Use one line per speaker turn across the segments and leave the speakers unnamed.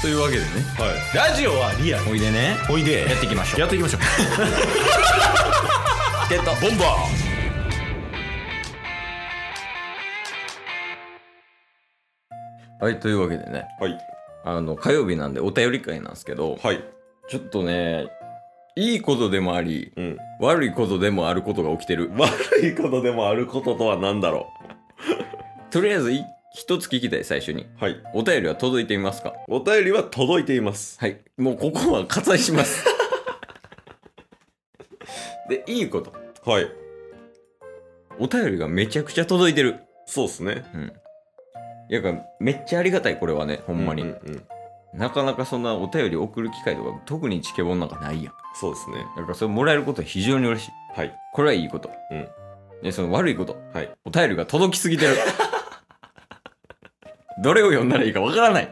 というわけでね
はい、ラジオはリアル
おいでね
おいで
やっていきましょう
やって いきましょう
ってた
ボンバ
はいというわけでね
ーはい
あの火曜日なんでお便り会なんですけど
はい
ちょっとねいいことでもあり
うん
悪いことでもあることが起きてる
悪いことでもあることとは何だろ
とりあえずい一つ聞きたい最初に
うはい
お便りは届いてみますか
お便りは届いています
はいもうここは割愛します でいいこと
はい
お便りがめちゃくちゃ届いてる
そうっすね
うんいやだからめっちゃありがたいこれはねほ
ほ
んまに、
うんうん
なかなかそんなお便り送る機会とか特にチケボンなんかないやん
そうですね
だからそれもらえることは非常に嬉しい
はい
これはいいこと、
うん
でその悪いこと
はい
お便りが届きすぎてる どれを読んだらいいかわからない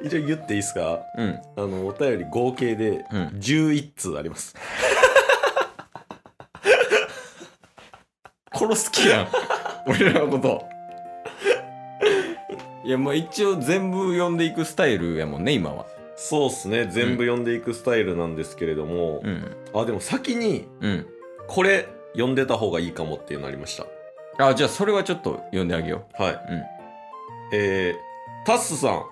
一応言っていいですか
うん
あのお便り合計で
うん
11通あり ます、
殺す気やん俺らのこといやまあ一応全部読んでいくスタイルやもんね今は
そうっすね全部読んでいくスタイルなんですけれども、
うん
あでも先に
うん
これ読んでた方がいいかもっていうのありました
あじゃあそれはちょっと読んであげよ
はい。
うん
えー、タッスさん、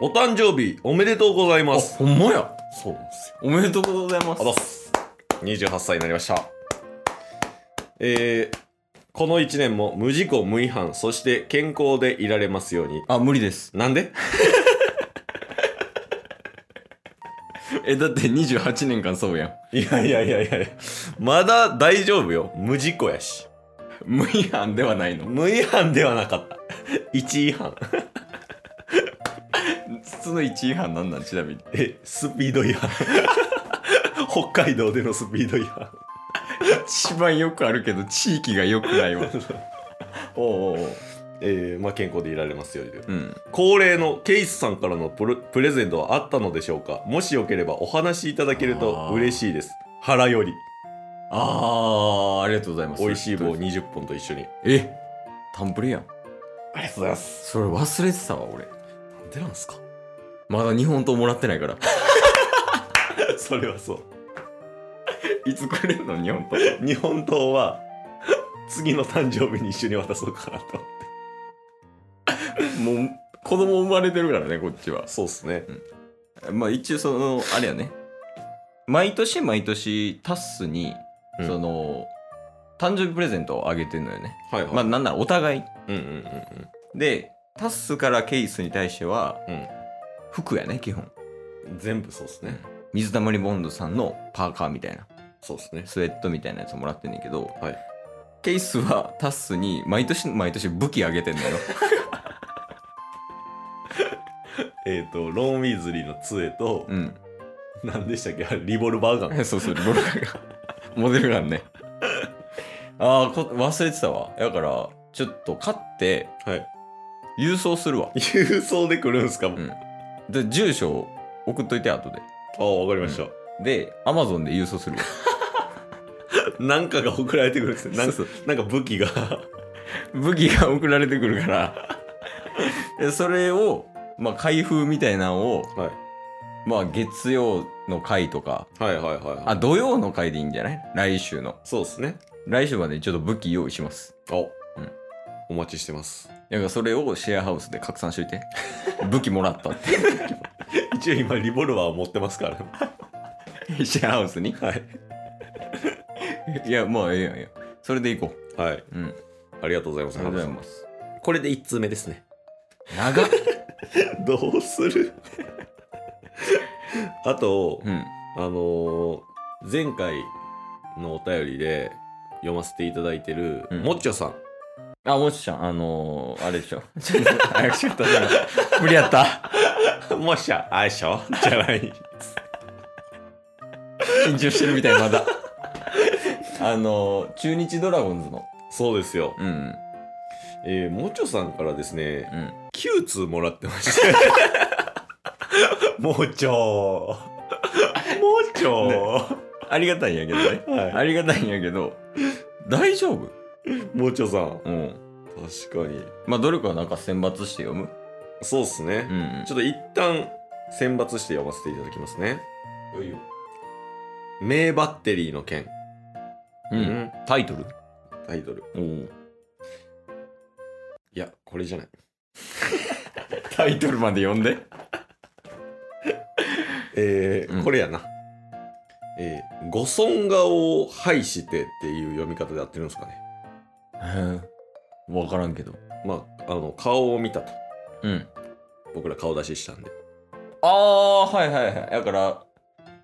お誕生日おめでとうございう
あ
ます。
ほんまや
そうなんですよ。
おめでとうございま
あ
す
ざっす。28歳になりました。えー、この1年も無事故無違反、そして健康でいられますように。
あ無理です
なんで
えだって28年間そうやん
いやいやいやいやいやまだ大丈夫よ。無事故やし。
無違反ではないの
無違反ではなかった。1違反。
その1違反なんなんちなみに
え、スピード違反。 北海道でのスピード違反。
一番よくあるけど地域がよくないわおうおうおう
えー、まあ健康でいられますようにという。
うん
恒例のケイスさんからのプレプレゼントはあったのでしょうかもしよければお話しいただけると嬉しいです腹より
あーありがとうございます
美味しい棒20本と一緒に
えタンプレやん
ありがとうございます
それ忘れてたわ俺
なんでなんすか
まだ2本とももらってないから
それはそう
いつくれるの2本と
日本刀は次の誕生日に一緒に渡そうかなと
もう子供生まれてるからねこっちは
そうっすね
まあ一応そのあれやね毎年毎年タッスに
うん
その、誕生日プレゼントをあげてるのよね
はいはい、
まあなんならお互い
うんうんうん
でタッスからケイスに対しては
うん
服やね基本
うん全部そうっすね
水溜りボンドさんのパーカーみたいな
そうっすね
スウェットみたいなやつもらってんねんけど、
はい
ケイスはタッスに毎年毎年武器あげてんの よ
えっ、ー、とロン・ウィーズリーの杖と、
うん
何でしたっけあれリボルバーガン
そうそう、ボルガンが。モデルガンね。ああ、こ忘れてたわ。だから、ちょっと買って、
はい
郵送するわ。
郵送で来るんすか、
んで、住所を送っといて、後で。
ああわかりました、
で、アマゾンで郵送す るわ。
なんかが送られてくるんですよ。なんか
そう
なんか武器が。
武器が送られてくる から。でそれを、まあ、開封みたいなのを、
はい。
まあ、月曜の回とか、
はいはいはい、
あ、土曜の回でいいんじゃない来週の。
そうですね。
来週までにちょっと武器用意します。
お、
うん
お待ちしてます。
だからそれをシェアハウスで拡散しと いて。武器もらったって。
一応今リボルバーを持ってますから。
シェアハウスに。
はい。
いや、まあ、ええやん、ええやん。それでいこ
はい。
う。うん。
ありがとうございま
あ
す。
りがとうございます。
これで一通目ですね。
長っ。
どうす るあと、
うん。
あのー前回のお便りで読ませていただいてる、
うん
もっちょさん。
あ、もちちゃん、あのー、あれでしょ。ちょっと、早くしちゃったな。無理やった。
もっちゃ、あいしょ じゃない。
緊張してるみたい、まだ。あのー、中日ドラゴンズの。
そうですよ。
うん。
えー、もっちょさんからですね、
うん。
9通もらってま した。もうちょー。もうちょー。
ありがたいんやけどね。
は
ありがたいんやけど、大丈夫
い、もうちょさん。
うん。
確かに。
まあ、努力はなんか選抜して読む。
そうっすね
う、ん
ちょっと一旦選抜して読ませていただきますね名バッテリーの件、
うん、うん、タイトル
タイトル
おー
いやこれじゃない
タイトルまで読んで
えー
うん
これやなえー、ご尊顔を拝してっていう読み方で合ってるんですかね
分からんけど
まああの顔を見たと
うん
僕ら顔出ししたんで
ああはいはいはいだから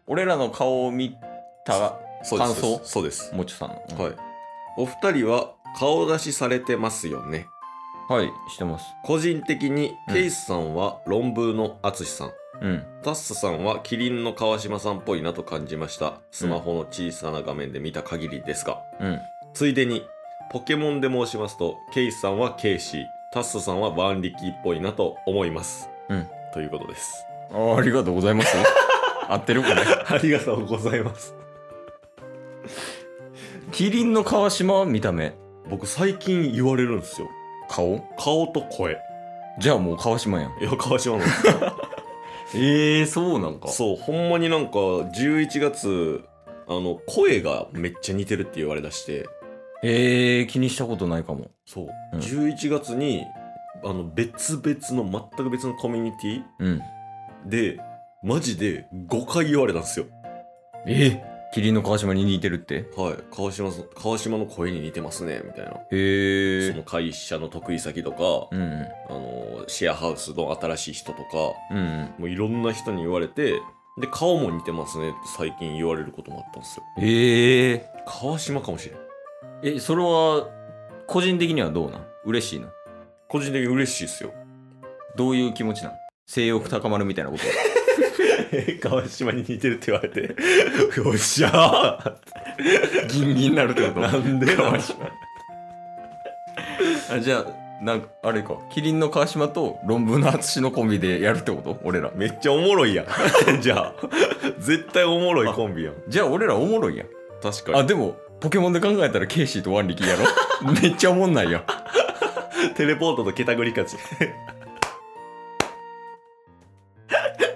俺らの顔を見た
そうです
感想
そうです、
もちさんの、
はいお二人は顔出しされてますよね
はい、してます
個人的に
うん
ケイスさんは論文の淳さん、
うん
タッサさんはキリンの川島さんっぽいなと感じましたスマホの小さな画面で見た限りですが、
うん
ついでにポケモンで申しますとケイスさんはケイシータッサさんは万力っぽいなと思います、
うん
ということです
あーありがとうございます 合ってるこれ
ありがとうございます
キリンの川島見た目
僕最近言われるんですよ
顔
顔と声
じゃあもう川島やん
いや川島の
ええそうなんか
そうほんまになんか11月あの声がめっちゃ似てるって言われだして
ええ気にしたことないかも
そう、
うん
11月にあの別々の全く別のコミュニテ
うん
ィでマジで5回言われたんですよ
えキリンの川島に似てるって
はい川島さん川島の声に似てますねみたいな
へ
その
え
会社の得意先とか、
うんうん
あのシェアハウスの新しい人とか
うん
もういろんな人に言われてで顔も似てますねって最近言われることもあったんですよ
ええ
川島かもしれん
えそれは個人的にはどうなん嬉しいな
個人的に嬉しいですよ
どういう気持ちなん性欲高まるみたいなこと
え 川島に似てるって言われて よっしゃー
ギンギンになるってこ
なんで
川島 あじゃあなんかあれかキリンの川島と論文の淳のコンビでやるってこと俺ら
めっちゃおもろいやん じゃあ絶対おもろいコンビやん
じゃあ俺らおもろいやん
確
あでもポケモンで考えたらケイシーとワンリキやろ めっちゃおもんないやん
テレポートとケタグリ勝ち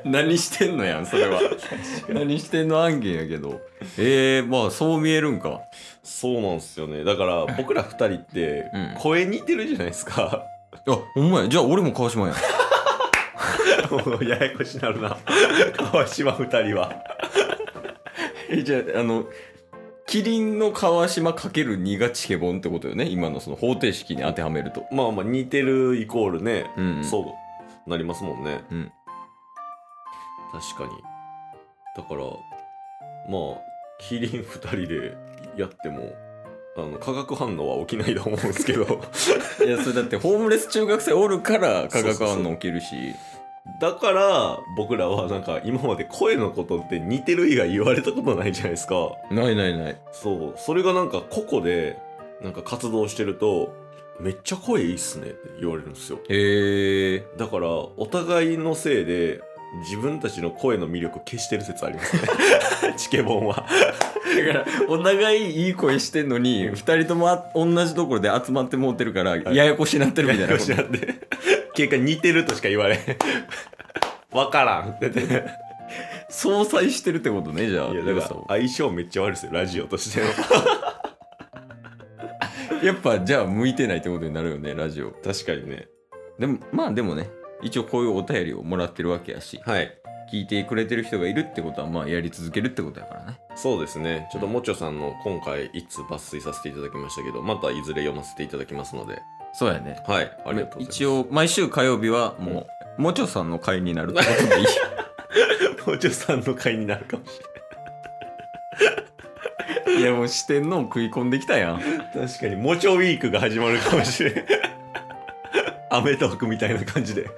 何してんのやんそれは 何してんの案件やけどえー、まあそう見えるんか
そうなんすよねだ から僕ら二人って
うん
声似てるじゃないですか
あほんまやじゃあ俺も川島やん
もう ややこしなるな 川島二人は
えじゃああのキリンの川島かける2がチケボンってことよね今のその方程式に当てはめると
まあまあ似てるイコールね、
うん
そうなりますもんね
うん
確かにだからまあキリン二人でやってもあの化学反応は起きないと思うんですけ ど
いやそれだってホームレス中学生おるから化学反応起きるし
だから僕らはなんか今まで声のことって似てる以外言われたことないじゃないですか
ないないない
そうそれがなんか個々でなんか活動してるとめっちゃ声いいっすねって言われるんですよ
へえ
だからお互いのせいで自分たちの声の魅力を消してる説あり ますねチケボン
だ
は
からお互いいい声してんのに2人ともあ同じところで集まってもうてるから
はい
ややこしになってるみたいな
やや
こ
ことしなって結果似てるとしか言われんわからんって いや
相殺してるってことねじゃあ
だ
良
か
さ
ら
を
相性めっちゃ悪いですよラジオとしての
やっぱじゃあ向いてないってことになるよねラジオ
確かにね
でもまあでもね一応こういうお便りをもらってるわけやし
はい
聞いてくれてる人がいるってことはまあやり続けるってことやからね
そうですねちょっともちょさんの今回一通抜粋させていただきましたけどまたいずれ読ませていただきますので
そうやね
はいありがとうございます
一応毎週火曜日はもうもちょさんの会になるってことでいい
もちょさんの回になるかもし
いやもう視点の食い込んできたやん
れん確かにもちょウィークが始まるかもしれんアメトークみたいな感じで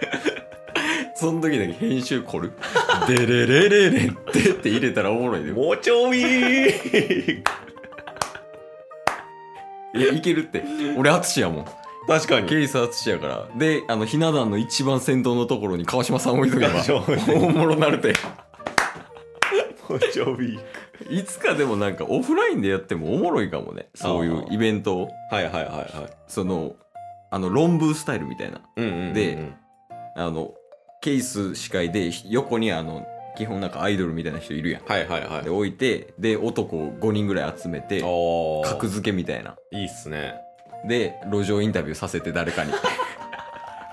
その時だけ編集凝 る「でれれれれって」って入れたらおもろいで
もちょウィーク
いやいけるって俺淳やもん
確かに
ケイス淳やからであのひな壇の一番先頭のところに川島さん置いとけば大物なるて
もちょウィーク
いつかでもなんかオフラインでやってもおもろいかもねそういうイベントを
はいはいはいはい
そのあの論文スタイルみたいな
うんうんうんうん
であのケース司会で横にあの基本なんかアイドルみたいな人いるやん
はいはいはい
で置いてで男を5人ぐらい集めて
おー
格付けみたいない
いっすね
で路上インタビューさせて誰か に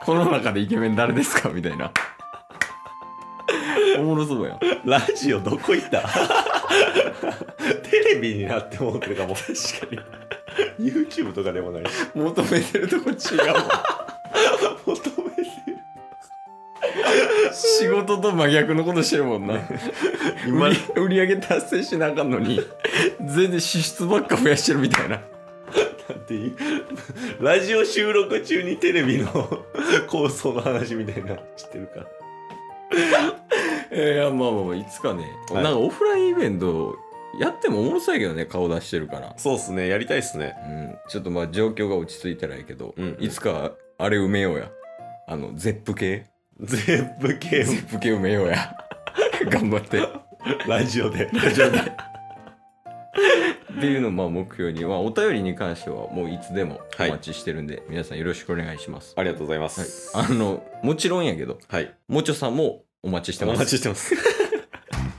この中でイケメン誰ですかみたいなおもろそうやん
ラジオどこ行った テレビになって思ってるかも確かに YouTube とかでもないし
求めてるとこ違う
求めて
仕事と真逆のことしてるもんな
今
売り売り上げ達成しなあかんのに全然支出ばっか増やしてるみたいな
だっていうラジオ収録中にテレビの構想の話みたいなの知ってるか
いやまあまあまあいつかね、
はい
なんかオフラインイベントやってもおもろそうやけどね顔出してるから、
そうっすねやりたいっすね
うん、ちょっとまあ状況が落ち着いたらやけど、
うんうん
いつかあれ埋めようやあのゼップ系
ゼップ
ゼ
系
ップ系埋めよう や頑張ってっ
ラジオで
ていうのをまあ目標に、まあ、お便りに関してはもういつでもお待ちしてるんで、皆さんよろしくお願いします、
ありがとうございま
はい
す、
あのもちろんやけど
はい
もちょさんもお待ちして
お
ま
待
す
ちしてます